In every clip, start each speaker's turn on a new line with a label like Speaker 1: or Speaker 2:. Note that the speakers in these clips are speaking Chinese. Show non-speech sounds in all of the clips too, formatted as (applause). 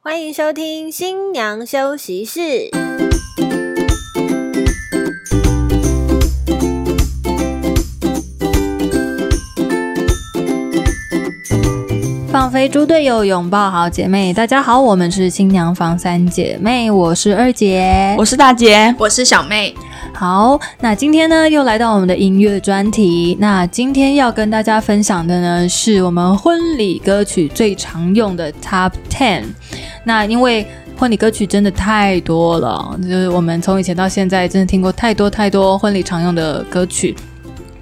Speaker 1: 欢迎收听新娘休息室。
Speaker 2: 放飞猪队友，拥抱好姐妹。大家好，我们是新娘房三姐妹，我是二姐，
Speaker 3: 我是大姐，
Speaker 4: 我是小妹。
Speaker 2: 好，那今天呢又来到我们的音乐专题。那今天要跟大家分享的呢，是我们婚礼歌曲最常用的 Top Ten。那因为婚礼歌曲真的太多了，就是我们从以前到现在真的听过太多太多婚礼常用的歌曲。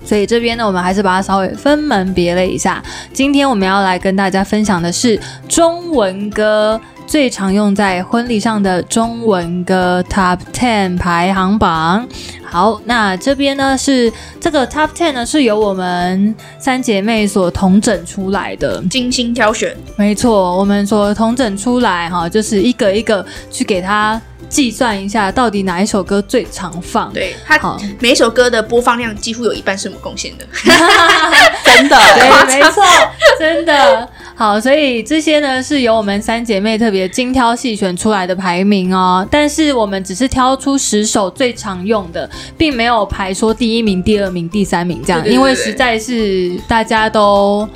Speaker 2: 所以这边呢，我们还是把它稍微分门别类一下。今天我们要来跟大家分享的是中文歌最常用在婚礼上的中文歌 Top Ten 排行榜。好，那这边呢是这个 Top Ten 呢是由我们三姐妹所统整出来的，
Speaker 4: 精心挑选，
Speaker 2: 没错，我们所统整出来哈，就是一个一个去给它计算一下，到底哪一首歌最常放。
Speaker 4: 对它 (laughs)
Speaker 2: 好，
Speaker 4: 每一首歌的播放量几乎有一半是我们贡献的。
Speaker 3: 真的，
Speaker 4: (laughs)
Speaker 2: 对，没错，真的好，所以这些呢是由我们三姐妹特别精挑细选出来的排名哦。但是我们只是挑出十首最常用的，并没有排说第一名、第二名、第三名这样，
Speaker 4: 对对对
Speaker 2: 因为实在是大家都。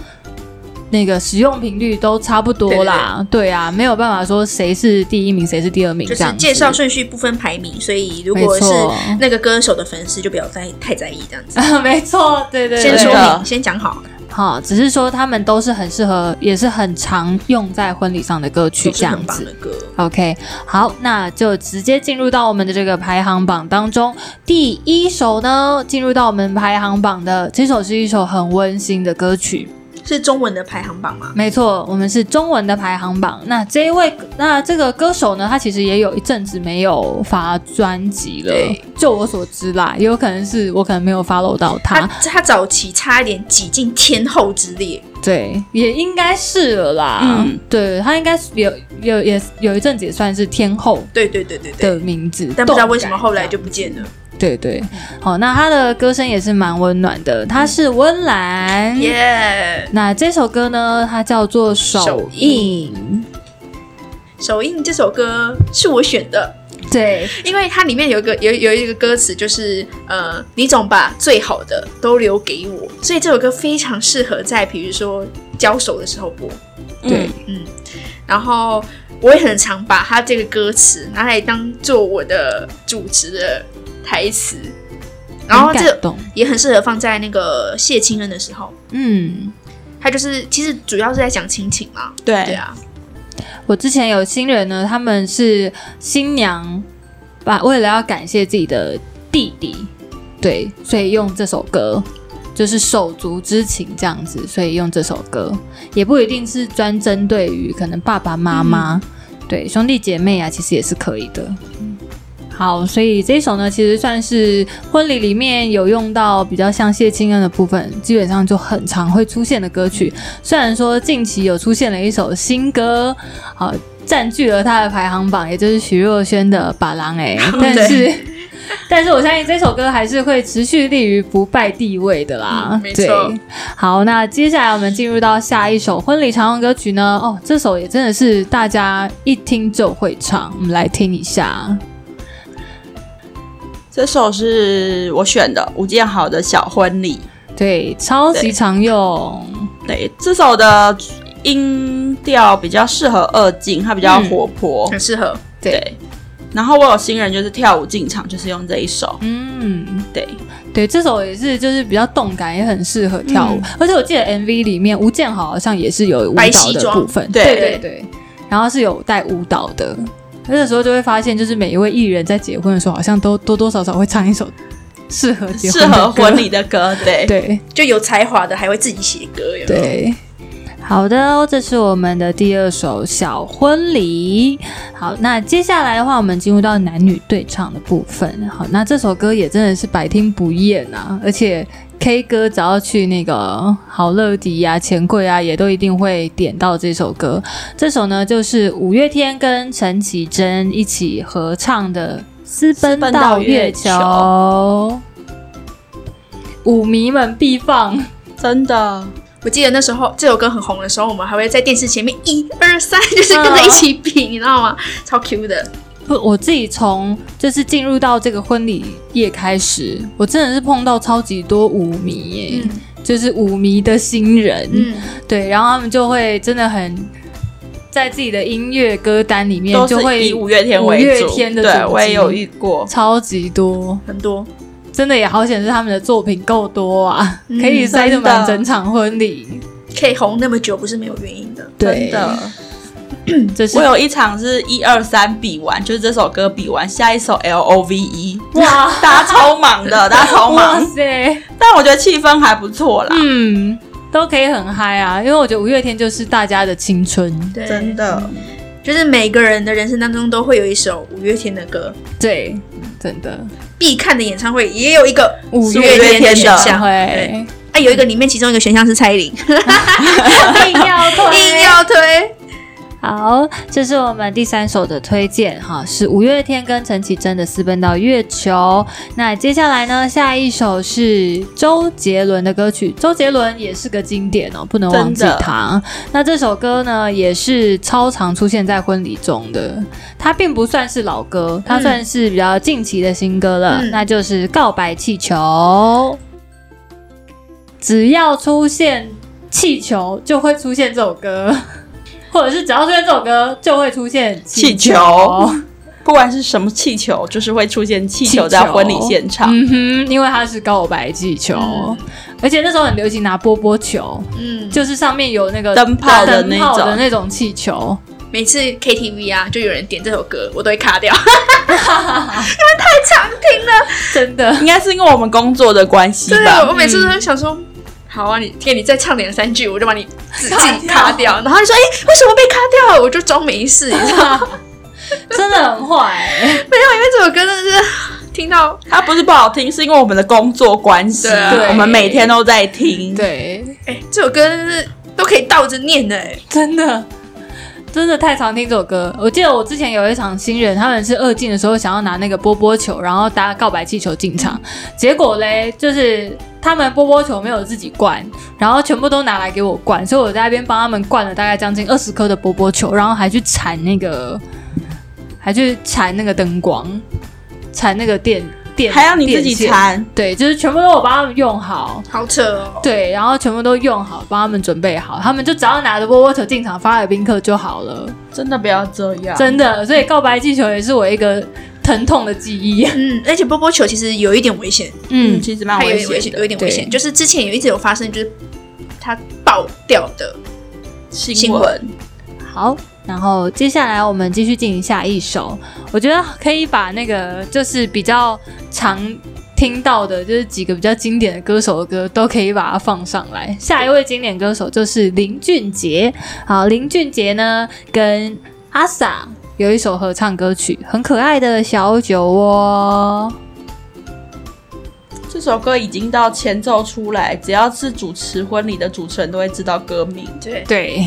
Speaker 2: 那个使用频率都差不多啦，对啊，没有办法说谁是第一名，谁是第二名
Speaker 4: 就
Speaker 2: 这样
Speaker 4: 是
Speaker 2: 子。
Speaker 4: 介绍顺序不分排名，所以如
Speaker 2: 没
Speaker 4: 果是
Speaker 2: 错，
Speaker 4: 那个歌手的粉丝，就不要再太在意这样子。
Speaker 2: (laughs) 没错， (laughs) 对对对，
Speaker 4: 先说
Speaker 3: 真的
Speaker 4: 明，先讲好，
Speaker 2: 好，只是说他们都是很适合，也是很常用在婚礼上的歌曲
Speaker 4: 都
Speaker 2: 这
Speaker 4: 是
Speaker 2: 样
Speaker 4: 很棒
Speaker 2: 子。
Speaker 4: 的歌。
Speaker 2: OK，好，那就直接进入到我们的这个排行榜当中。第一首呢，进入到我们排行榜的这首是一首很温馨的歌曲，
Speaker 4: 是中文的排行榜吗？
Speaker 2: 没错，我们是中文的排行榜。那这一位，那这个歌手呢，他其实也有一阵子没有发专辑了
Speaker 4: 对，
Speaker 2: 就我所知啦，也有可能是我可能没有 follow 到
Speaker 4: 他他早期差一点挤进天后之列，
Speaker 2: 对，也应该是了啦。
Speaker 3: 嗯
Speaker 2: 对他应该是有有也有一阵子也算是天后
Speaker 4: 对对对对
Speaker 2: 的
Speaker 4: 对。
Speaker 2: 名字，
Speaker 4: 但不知道
Speaker 2: 动
Speaker 4: 为什么
Speaker 2: 感
Speaker 4: 后来
Speaker 2: 这样
Speaker 4: 就不见了。
Speaker 2: 对对。
Speaker 4: 嗯
Speaker 2: 好，那他的歌声也是蛮温暖的，他是温岚。
Speaker 4: 耶，
Speaker 2: 那这首歌呢，它叫做《手
Speaker 4: 手
Speaker 2: 印》。
Speaker 4: 首映这首歌是我选的，
Speaker 2: 对，
Speaker 4: 因为它里面有一个有有一个歌词，就是呃，你总把最好的都留给我，所以这首歌非常适合在比如说交手的时候播。
Speaker 3: 嗯
Speaker 2: 对，
Speaker 4: 然后我也很常把它这个歌词拿来当做我的主持的台词，然后
Speaker 2: 很
Speaker 4: 这
Speaker 2: 感动。
Speaker 4: 也很适合放在那个谢亲恩的时候，
Speaker 2: 嗯，
Speaker 4: 它就是其实主要是在讲亲情嘛。
Speaker 3: 对
Speaker 4: 对啊，
Speaker 2: 我之前有新人呢，他们是新娘，把为了要感谢自己的弟弟，对，所以用这首歌就是手足之情这样子，所以用这首歌也不一定是专针对于可能爸爸妈妈，对兄弟姐妹啊，其实也是可以的。好，所以这首呢，其实算是婚礼里面有用到比较像谢亲恩的部分，基本上就很常会出现的歌曲。虽然说近期有出现了一首新歌，好、占据了他的排行榜，也就是徐若瑄的《把郎》
Speaker 4: (laughs)
Speaker 2: 哎，但是。但是我相信这首歌还是会持续立于不败地位的啦。
Speaker 4: 嗯没
Speaker 2: 对
Speaker 4: 错
Speaker 2: 好，那接下来我们进入到下一首婚礼常用歌曲呢。哦，这首也真的是大家一听就会唱，我们来听一下。
Speaker 3: 这首是我选的吴建豪的《小婚礼
Speaker 2: 对，超级
Speaker 3: 对
Speaker 2: 常用。》。
Speaker 3: 对，这首的音调比较适合二进，它比较活泼。
Speaker 4: 很适合。
Speaker 2: 嗯对
Speaker 3: 对，然后我有新人就是跳舞进场，就是用这一首。
Speaker 2: 嗯，
Speaker 3: 对，
Speaker 2: 对，这首也是就是比较动感，也很适合跳
Speaker 3: 嗯
Speaker 2: 舞。而且我记得 MV 里面吴建豪好像也是有舞
Speaker 4: 白
Speaker 2: 蹈
Speaker 4: 西
Speaker 2: 的
Speaker 4: 装
Speaker 2: 部分，
Speaker 3: 对
Speaker 2: 对对对，然后是有带舞蹈的。那个时候就会发现，就是每一位艺人在结婚的时候，好像都多多少少会唱一首适合结婚的
Speaker 3: 适合
Speaker 2: 歌
Speaker 3: 婚礼。的歌。对，
Speaker 2: 对
Speaker 4: 就有才华的还会自己写歌，有没有？
Speaker 2: 对，好的哦，这是我们的第二首《小婚礼》。好，那接下来的话，我们进入到男女对唱的部分。好，那这首歌也真的是百听不厌啊，而且 K 歌只要去那个好乐迪啊、钱柜啊，也都一定会点到这首歌。这首呢，就是五月天跟陈绮贞一起合唱的《私奔
Speaker 3: 奔
Speaker 2: 到
Speaker 3: 到
Speaker 2: 月
Speaker 3: 月
Speaker 2: 球
Speaker 3: 球》，
Speaker 2: 舞迷们必放。
Speaker 3: 真的，
Speaker 4: 我记得那时候这首歌很红的时候，我们还会在电视前面一二三，就是跟着一起比，你知道吗？超 Q 的。
Speaker 2: 不我自己从就是进入到这个婚礼夜开始，我真的是碰到超级多舞迷耶，
Speaker 4: 嗯
Speaker 2: 就是舞迷的新人，
Speaker 4: 嗯，
Speaker 2: 对，然后他们就会真的很在自己的音乐歌单里面
Speaker 3: 都
Speaker 2: 就是会
Speaker 3: 以五月天为
Speaker 2: 五
Speaker 3: 主，
Speaker 2: 月天的
Speaker 3: 对
Speaker 2: 主
Speaker 3: 我也
Speaker 2: 题
Speaker 3: 有遇过，
Speaker 2: 超级多，
Speaker 4: 很多。
Speaker 2: 真的也好显示他们的作品够多啊，
Speaker 4: 嗯
Speaker 2: 可以塞得
Speaker 3: 真的
Speaker 2: 满整场婚礼。
Speaker 4: 可以红那么久不是没有原因的。
Speaker 2: 对
Speaker 3: 真，的。
Speaker 2: 这是
Speaker 3: 我有一场是一二三比完，就是这首歌比完，下一首 L O V E，哇， (laughs) 大家超忙的，大家超
Speaker 2: (laughs) 哇
Speaker 3: 忙，
Speaker 2: 塞，
Speaker 3: 但我觉得气氛还不错啦，
Speaker 2: 嗯，都可以很嗨啊，因为我觉得五月天就是大家的青春，
Speaker 4: 对，
Speaker 3: 真，的。
Speaker 4: 就是每个人的人生当中都会有一首五月天的歌，
Speaker 2: 对，真的
Speaker 4: 必看的演唱会也有一个
Speaker 2: 五
Speaker 3: 月天
Speaker 4: 的选
Speaker 3: 的
Speaker 4: 项。
Speaker 2: 会
Speaker 4: 啊，有一个里面其中一个选项是蔡依林，
Speaker 2: (laughs) 一定要
Speaker 4: 硬要推。
Speaker 2: 好，这是我们第三首的推荐哈，是五月天跟陈绮贞的《私奔到月球》。那接下来呢，下一首是周杰伦的歌曲，周杰伦也是个经典哦，不能忘记
Speaker 3: 真的
Speaker 2: 他。那这首歌呢，也是超常出现在婚礼中的，它并不算是老歌，它
Speaker 4: 嗯
Speaker 2: 算是比较近期的新歌了，
Speaker 4: 嗯
Speaker 2: 那就是《告白气球》。只要出现气球，就会出现这首歌， (laughs) 或者是只要出现这首歌，就会出现
Speaker 3: 气球不管是什么气球，就是会出现气球在婚礼现场。
Speaker 2: (laughs) 嗯哼，因为它是告白气球，
Speaker 4: 嗯
Speaker 2: 而且那时候很流行拿波波球，
Speaker 4: 嗯，就
Speaker 2: 就是上面有那个
Speaker 3: 灯泡的
Speaker 2: 灯
Speaker 3: 那
Speaker 2: 泡的
Speaker 3: 种
Speaker 2: 那种气球。
Speaker 4: 每次 KTV 啊，就有人点这首歌，我都会卡掉。
Speaker 2: 真的，
Speaker 3: 应该是因为我们工作的关系
Speaker 4: 对，啊
Speaker 3: 吧
Speaker 4: 我。每次都会想说。好啊，你给你再唱两三句，我就把你自己卡
Speaker 2: 卡
Speaker 4: (laughs) 掉。然后你说，哎、为什么被卡掉了？我就装没事，你知道吗？
Speaker 2: 真的很坏、
Speaker 3: (laughs)
Speaker 2: 欸。
Speaker 4: 因为这首歌真的是听到
Speaker 3: 它不是不好听，是因为我们的工作关系，
Speaker 4: 对啊
Speaker 3: 我们每天都在听。，
Speaker 2: 对，
Speaker 4: 哎、这首歌真是都可以倒着念的哎、
Speaker 2: 真的。真的太常听这首歌，我记得我之前有一场新人，他们是二进的时候想要拿那个波波球，然后搭告白气球进场，结果嘞就是他们波波球没有自己灌，然后全部都拿来给我灌，所以我在那边帮他们灌了大概将近二十颗的波波球，然后还去缠那个，还去缠那个灯光，缠那个电电，
Speaker 3: 还要你自己
Speaker 2: 电线，
Speaker 3: 缠，
Speaker 2: 对，就是全部都我帮他们用好，
Speaker 4: 好扯哦。
Speaker 2: 对，然后全部都用好，帮他们准备好，他们就只要拿着波波球进场发给宾客就好了，
Speaker 3: 真的不要这样。
Speaker 2: 真的。所以告白气球也是我一个疼痛的记忆。
Speaker 4: 嗯，而且波波球其实有一点危险，
Speaker 3: 嗯，
Speaker 2: 嗯，
Speaker 3: 其实蛮
Speaker 4: 它有一
Speaker 3: 危
Speaker 4: 点危
Speaker 3: 险
Speaker 4: 险，
Speaker 3: 的，
Speaker 4: 有一点危险。
Speaker 2: 对
Speaker 4: 就是之前有一直有发生，就是它爆掉的新
Speaker 3: 新
Speaker 4: 闻。
Speaker 2: 好。然后接下来我们继续进行下一首，我觉得可以把那个就是比较常听到的，就是几个比较经典的歌手的歌，都可以把它放上来。下一位经典歌手就是林俊杰。好，林俊杰呢跟阿 sa 有一首合唱歌曲，很可爱的小酒窝。
Speaker 3: 这首歌已经到前奏出来，只要是主持婚礼的主持人都会知道歌名。
Speaker 4: 对，
Speaker 2: 对，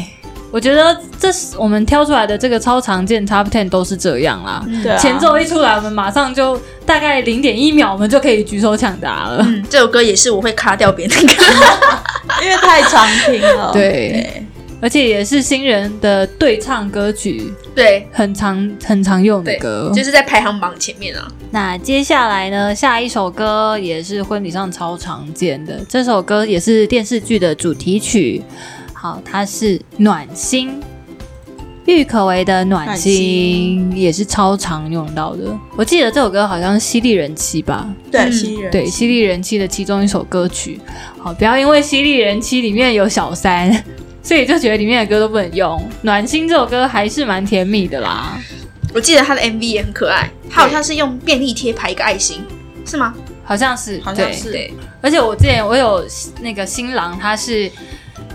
Speaker 2: 我觉得这是我们挑出来的这个超常见 top ten 都是这样啦。
Speaker 3: 对、啊，
Speaker 2: 前奏一出来，我们马上就大概零点一秒，我们就可以举手抢答了。
Speaker 4: 嗯，这首歌也是我会卡掉别人的歌。
Speaker 3: 因为太常听 (laughs) 了。
Speaker 2: 对，而且也是新人的对唱歌曲，
Speaker 4: 对
Speaker 2: 很常很常用的
Speaker 4: 对
Speaker 2: 歌，。
Speaker 4: 就是在排行榜前面啊。
Speaker 2: 那接下来呢，下一首歌也是婚礼上超常见的，这首歌也是电视剧的主题曲。好，它是《暖心》，郁可唯的《暖心》也是超常用到的。我记得这首歌好像《犀利人妻》吧？
Speaker 3: 对，
Speaker 4: 嗯
Speaker 3: 新人
Speaker 2: 对，《犀利人妻》的其中一首歌曲。好，不要因为《犀利人妻》里面有小三， (laughs) 所以就觉得里面的歌都不能用。《暖心》这首歌还是蛮甜蜜的啦。
Speaker 4: 我记得它的 MV 也很可爱，它好像是用便利贴排一个爱心，是吗？
Speaker 2: 好像是，
Speaker 3: 好
Speaker 2: 对
Speaker 3: 像是
Speaker 4: 对，
Speaker 2: 而且我之前我有那个新郎，他是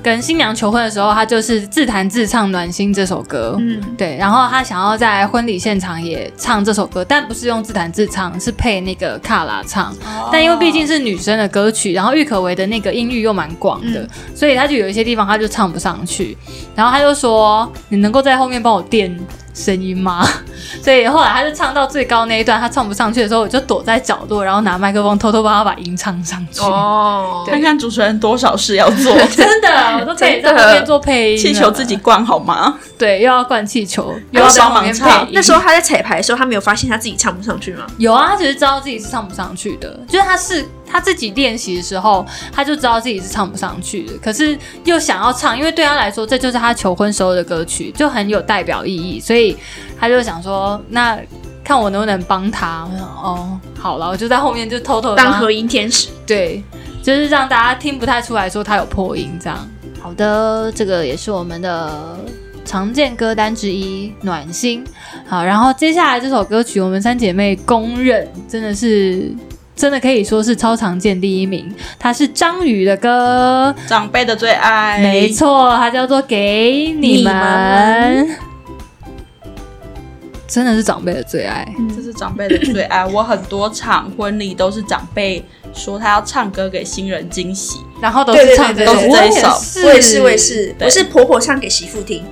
Speaker 2: 跟新娘求婚的时候，他就是自弹自唱《暖心》这首歌。
Speaker 4: 嗯，
Speaker 2: 对，然后他想要在婚礼现场也唱这首歌，但不是用自弹自唱，是配那个卡拉唱。
Speaker 3: 哦
Speaker 2: 但因为毕竟是女生的歌曲，然后郁可唯的那个音域又蛮广的，
Speaker 4: 嗯
Speaker 2: 所以他就有一些地方他就唱不上去。然后他就说：“你能够在后面帮我垫声音吗？ (laughs) 所以后来他就唱到最高那一段，他唱不上去的时候，我就躲在角落，然后拿麦克风偷偷帮他把音唱上去。
Speaker 4: 哦，
Speaker 3: 看看主持人多少事要 (laughs) 做，
Speaker 2: 真的，我都可以在那边做配音了，
Speaker 3: 气球自己灌好吗？
Speaker 2: 对，又要灌气球，又
Speaker 3: 又要
Speaker 2: 要
Speaker 3: 帮
Speaker 2: 帮
Speaker 3: 忙
Speaker 2: 忙配
Speaker 3: 唱
Speaker 2: 音。
Speaker 4: 那时候他在彩排的时候，他没有发现他自己唱不上去吗？
Speaker 2: 有啊，他其实知道自己是唱不上去的，就是他是他自己练习的时候，他就知道自己是唱不上去的，可是又想要唱，因为对他来说这就是他求婚时候的歌曲，就很有代表意义，所以他就想说，那看我能不能帮他。我想哦，好了，我就在后面就偷偷地帮
Speaker 4: 当
Speaker 2: 他
Speaker 4: 合音天使，
Speaker 2: 对，就是让大家听不太出来说他有破音这样。好的，这个也是我们的常见歌单之一《暖心》。好，然后接下来这首歌曲，我们三姐妹公认真的是。真的可以说是超常见第一名，它是张宇的歌，
Speaker 3: 长辈的最爱，
Speaker 2: 没错，它叫做《给你们》，真的是长辈的最爱。
Speaker 3: 这是长辈的最爱。我很多场婚礼都是长辈说他要唱歌给新人惊喜，
Speaker 2: 然后都
Speaker 4: 对
Speaker 2: 是
Speaker 4: 对
Speaker 2: 唱
Speaker 4: 对
Speaker 2: 这首，
Speaker 4: 对对
Speaker 3: 对对
Speaker 4: 我也是，我也是，
Speaker 3: 对
Speaker 4: 我是婆婆唱给媳妇听，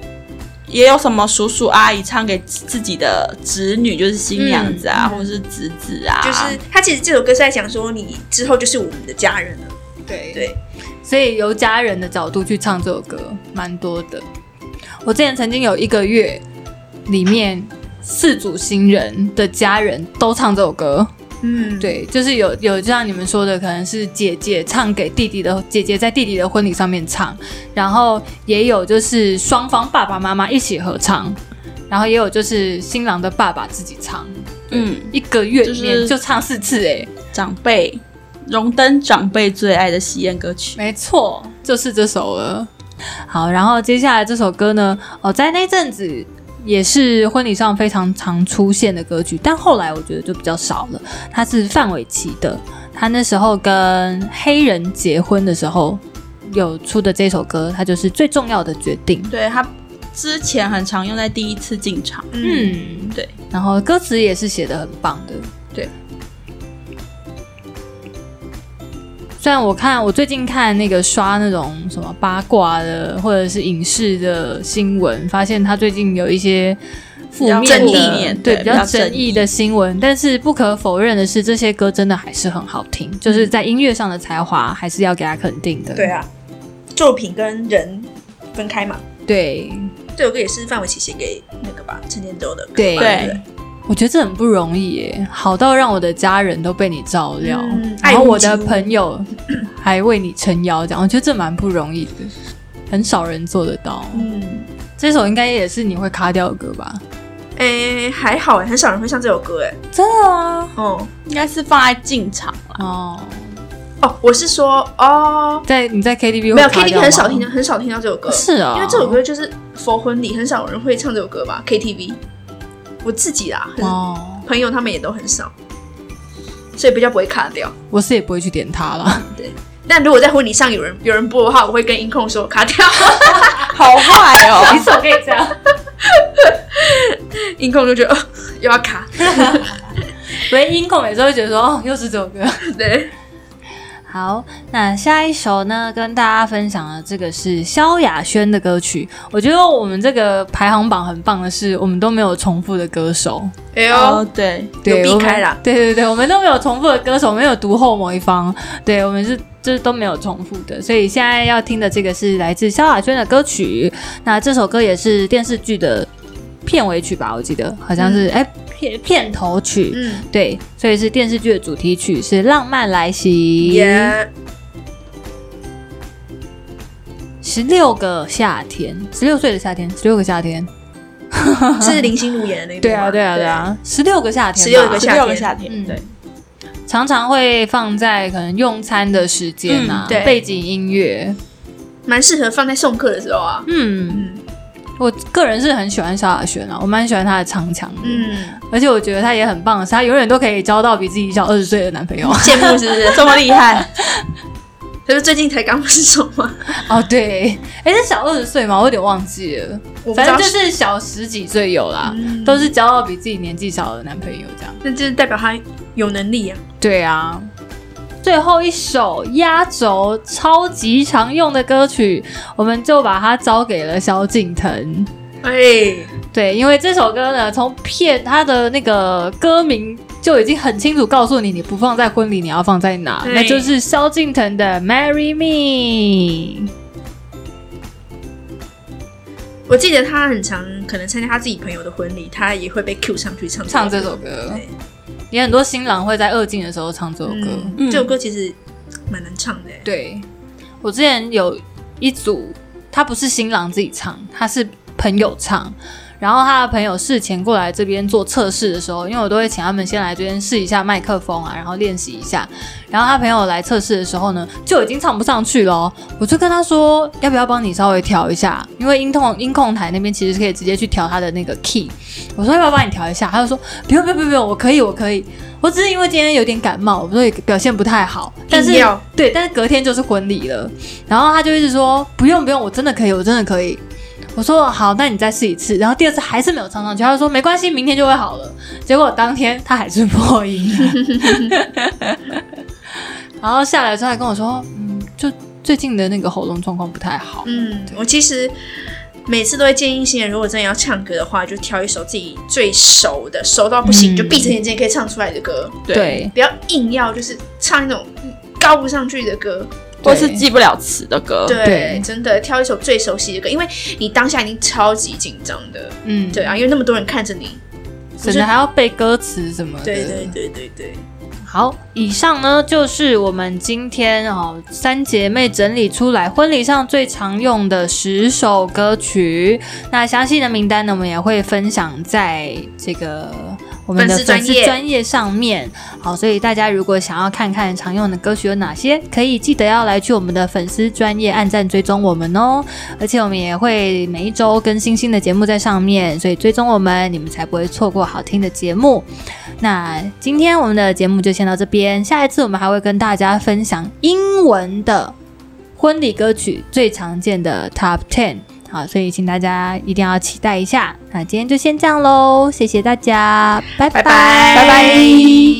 Speaker 3: 也有什么叔叔阿姨唱给自己的侄女，就是新娘子啊，或者是侄子啊，
Speaker 4: 嗯就是他其实这首歌是在讲说，你之后就是我们的家人了。
Speaker 2: 对
Speaker 4: 对，
Speaker 2: 所以由家人的角度去唱这首歌，蛮多的。我之前曾经有一个月里面四组新人的家人都唱这首歌，
Speaker 4: 嗯，
Speaker 2: 对，就是有有就像你们说的，可能是姐姐唱给弟弟的，姐姐在弟弟的婚礼上面唱，然后也有就是双方爸爸妈妈一起合唱，然后也有就是新郎的爸爸自己唱，
Speaker 3: 嗯，
Speaker 2: 一个月里
Speaker 3: 就
Speaker 2: 面
Speaker 3: 是
Speaker 2: 就唱四次、哎、
Speaker 3: 长辈荣登长辈最爱的喜宴歌曲。
Speaker 2: 没错，就是这首了。好，然后接下来这首歌呢，哦，在那阵子也是婚礼上非常常出现的歌曲，但后来我觉得就比较少了。它是范玮琪的，他那时候跟黑人结婚的时候有出的这首歌，它就是最重要的决定。
Speaker 3: 对他之前很常用在第一次进场，
Speaker 4: 嗯，
Speaker 2: 嗯，
Speaker 3: 对。
Speaker 2: 然后歌词也是写的很棒的，
Speaker 3: 对。
Speaker 2: 虽然我看我最近看那个刷那种什么八卦的或者是影视的新闻，发现他最近有一些负面的
Speaker 3: 比较
Speaker 4: 争
Speaker 3: 议
Speaker 2: 对
Speaker 3: 对
Speaker 2: 比
Speaker 3: 比
Speaker 2: 较
Speaker 3: 较
Speaker 2: 争
Speaker 3: 争
Speaker 2: 议
Speaker 3: 议
Speaker 2: 的新闻。但是不可否认的是，这些歌真的还是很好听，
Speaker 3: 嗯
Speaker 2: 就是在音乐上的才华还是要给他肯定的。
Speaker 4: 对啊，作品跟人分开嘛。
Speaker 2: 对
Speaker 4: 这首歌也是范玮琪写给那个吧陈建州的歌吧，
Speaker 2: 对
Speaker 4: 对不
Speaker 3: 对
Speaker 4: 对，
Speaker 2: 我觉得这很不容易耶，好到让我的家人都被你照料，
Speaker 4: 嗯
Speaker 2: 然后我的
Speaker 4: 爱屋及乌
Speaker 2: 朋友还为你撑腰，这样我觉得这蛮不容易的，很少人做得到。
Speaker 4: 嗯，
Speaker 2: 这首应该也是你会卡掉的歌吧？
Speaker 4: 诶，还好诶，很少人会唱这首歌诶。
Speaker 2: 真的啊？
Speaker 4: 哦
Speaker 3: 应该是放在进场啦。
Speaker 2: 哦，
Speaker 4: 哦，我是说哦，
Speaker 2: 在你在 KTV 会
Speaker 4: 没有
Speaker 2: 卡掉吗
Speaker 4: KTV 很少听到，很少听到这首歌，
Speaker 2: 是啊、
Speaker 4: 因为这首歌就是佛婚礼，很少有人会唱这首歌吧？KTV，我自己啦，很
Speaker 2: 哦，
Speaker 4: 朋友他们也都很少，所以比较不会卡掉。
Speaker 2: 我是也不会去点它
Speaker 4: (laughs)
Speaker 2: 了。
Speaker 4: 但如果在婚礼上有人有人播的话，我会跟音控说卡
Speaker 2: (laughs)
Speaker 4: 掉，
Speaker 3: 好坏
Speaker 4: 啊
Speaker 3: 哦，
Speaker 2: 手可以这样。 (laughs)
Speaker 4: 音控就觉得、哦、又要卡。
Speaker 2: 所以音控每次会觉得说，哦，又是这首歌。
Speaker 4: 对，
Speaker 2: 好，那下一首呢，跟大家分享的这个是萧亚轩的歌曲。我觉得我们这个排行榜很棒的是，我们都没有重复的歌手，
Speaker 4: 哎呦，
Speaker 3: 哦，对，
Speaker 2: 对，
Speaker 4: 避
Speaker 2: 我们
Speaker 4: 开
Speaker 2: (laughs)
Speaker 4: 啦
Speaker 2: 对对对，我们都没有重复的歌手，没有独后某一方，对我们是就是都没有重复的。所以现在要听的这个是来自萧亚轩的歌曲，那这首歌也是电视剧的片尾曲吧，我记得好像是哎、片片头曲。
Speaker 4: 嗯，
Speaker 2: 对，所以是电视剧的主题曲，是《浪漫来袭》。
Speaker 4: 也
Speaker 2: 十六个夏天，十六岁的夏天，十六个夏天。
Speaker 4: 是林心如演的那个。
Speaker 2: 对啊，对啊，对。啊，十六个夏天吧，
Speaker 4: 16个夏天
Speaker 3: 六个夏天，
Speaker 2: 嗯
Speaker 3: 对，
Speaker 2: 常常会放在可能用餐的时间啊
Speaker 4: 嗯，对
Speaker 2: 背景音乐。
Speaker 4: 蛮适合放在送客的时候啊。
Speaker 2: 嗯，
Speaker 4: 嗯
Speaker 2: 我个人是很喜欢萧亚轩啊，我蛮喜欢她的唱腔的，
Speaker 4: 嗯，
Speaker 2: 而且我觉得她也很棒的是，她永远都可以交到比自己小二十岁的男朋友。
Speaker 4: 羡慕是不是？
Speaker 3: (laughs) 这么
Speaker 4: (laughs)
Speaker 3: 厉害，
Speaker 4: 可是最近才刚分手吗？
Speaker 2: (laughs) 哦，对，哎，是小二十岁吗？我有点忘记了，
Speaker 4: 我不
Speaker 2: 反
Speaker 4: 知
Speaker 2: 正
Speaker 4: 道，
Speaker 2: 就是是小十几岁有啦，
Speaker 4: 嗯
Speaker 2: 都是交到比自己年纪小的男朋友这样。
Speaker 4: 那就是代表他有能力啊。
Speaker 2: 对啊，最后一首压轴超级常用的歌曲，我们就把它交给了萧敬腾。
Speaker 4: 哎，
Speaker 2: 对，因为这首歌呢，从片它的那个歌名就已经很清楚告诉你，你不放在婚礼，你要放在哪，
Speaker 4: 对
Speaker 2: 那就是萧敬腾的《Marry Me》。
Speaker 4: 我记得他很常可能参加他自己朋友的婚礼，他也会被 Q 上去唱
Speaker 2: 唱
Speaker 4: 这
Speaker 2: 这
Speaker 4: 首
Speaker 2: 首
Speaker 4: 歌
Speaker 2: 歌
Speaker 4: 对，
Speaker 2: 也很多新郎会在二进的时候唱这首歌。
Speaker 4: 嗯，这首歌其实蛮难唱的欸。
Speaker 2: 对，我之前有一组，他不是新郎自己唱，他是朋友唱。然后他的朋友事前过来这边做测试的时候，因为我都会请他们先来这边试一下麦克风啊，然后练习一下。然后他朋友来测试的时候呢，就已经唱不上去了哦。我就跟他说，要不要帮你稍微调一下？因为音控音控台那边其实是可以直接去调他的那个 key。我说要不要帮你调一下？他就说不用不用不用不用，我可以我可以。我只是因为今天有点感冒，所以表现不太好。但是
Speaker 4: 硬要
Speaker 2: 对，但是隔天就是婚礼了。然后他就一直说不用不用，我真的可以，我真的可以。我说好，那你再试一次。然后第二次还是没有唱上去，他就说没关系，明天就会好了。结果当天他还是破
Speaker 4: (laughs)
Speaker 2: 音了然后下来之后还跟我说，嗯，就最近的那个喉咙状况不太好。
Speaker 4: 嗯，我其实每次都会建议新人，如果真的要唱歌的话，就挑一首自己最熟的，熟到不行、
Speaker 2: 嗯
Speaker 4: 就闭着眼睛也可以唱出来的歌，
Speaker 2: 对，
Speaker 4: 不要硬要就是唱那种高不上去的歌。
Speaker 3: 或是记不了词的歌。
Speaker 4: 对，
Speaker 2: 哦对
Speaker 4: 真的挑一首最熟悉的歌，因为你当下已经超级紧张的。
Speaker 2: 嗯，
Speaker 4: 对啊，因为那么多人看着你。
Speaker 2: 省得还要背歌词什么的。
Speaker 4: 对对对对对，
Speaker 2: 好，以上呢就是我们今天哦三姐妹整理出来婚礼上最常用的十首歌曲。那详细的名单呢，我们也会分享在这个。我们的
Speaker 4: 粉丝专
Speaker 2: 粉
Speaker 4: 页
Speaker 2: 丝专业上面，好，所以大家如果想要看看常用的歌曲有哪些，可以记得要来去我们的粉丝专业按赞追踪我们哦。而且我们也会每一周更新新的节目在上面，所以追踪我们，你们才不会错过好听的节目。那今天我们的节目就先到这边，下一次我们还会跟大家分享英文的婚礼歌曲最常见的 Top Ten。好，所以请大家一定要期待一下。那今天就先这样喽，谢谢大家，拜拜
Speaker 4: 拜拜拜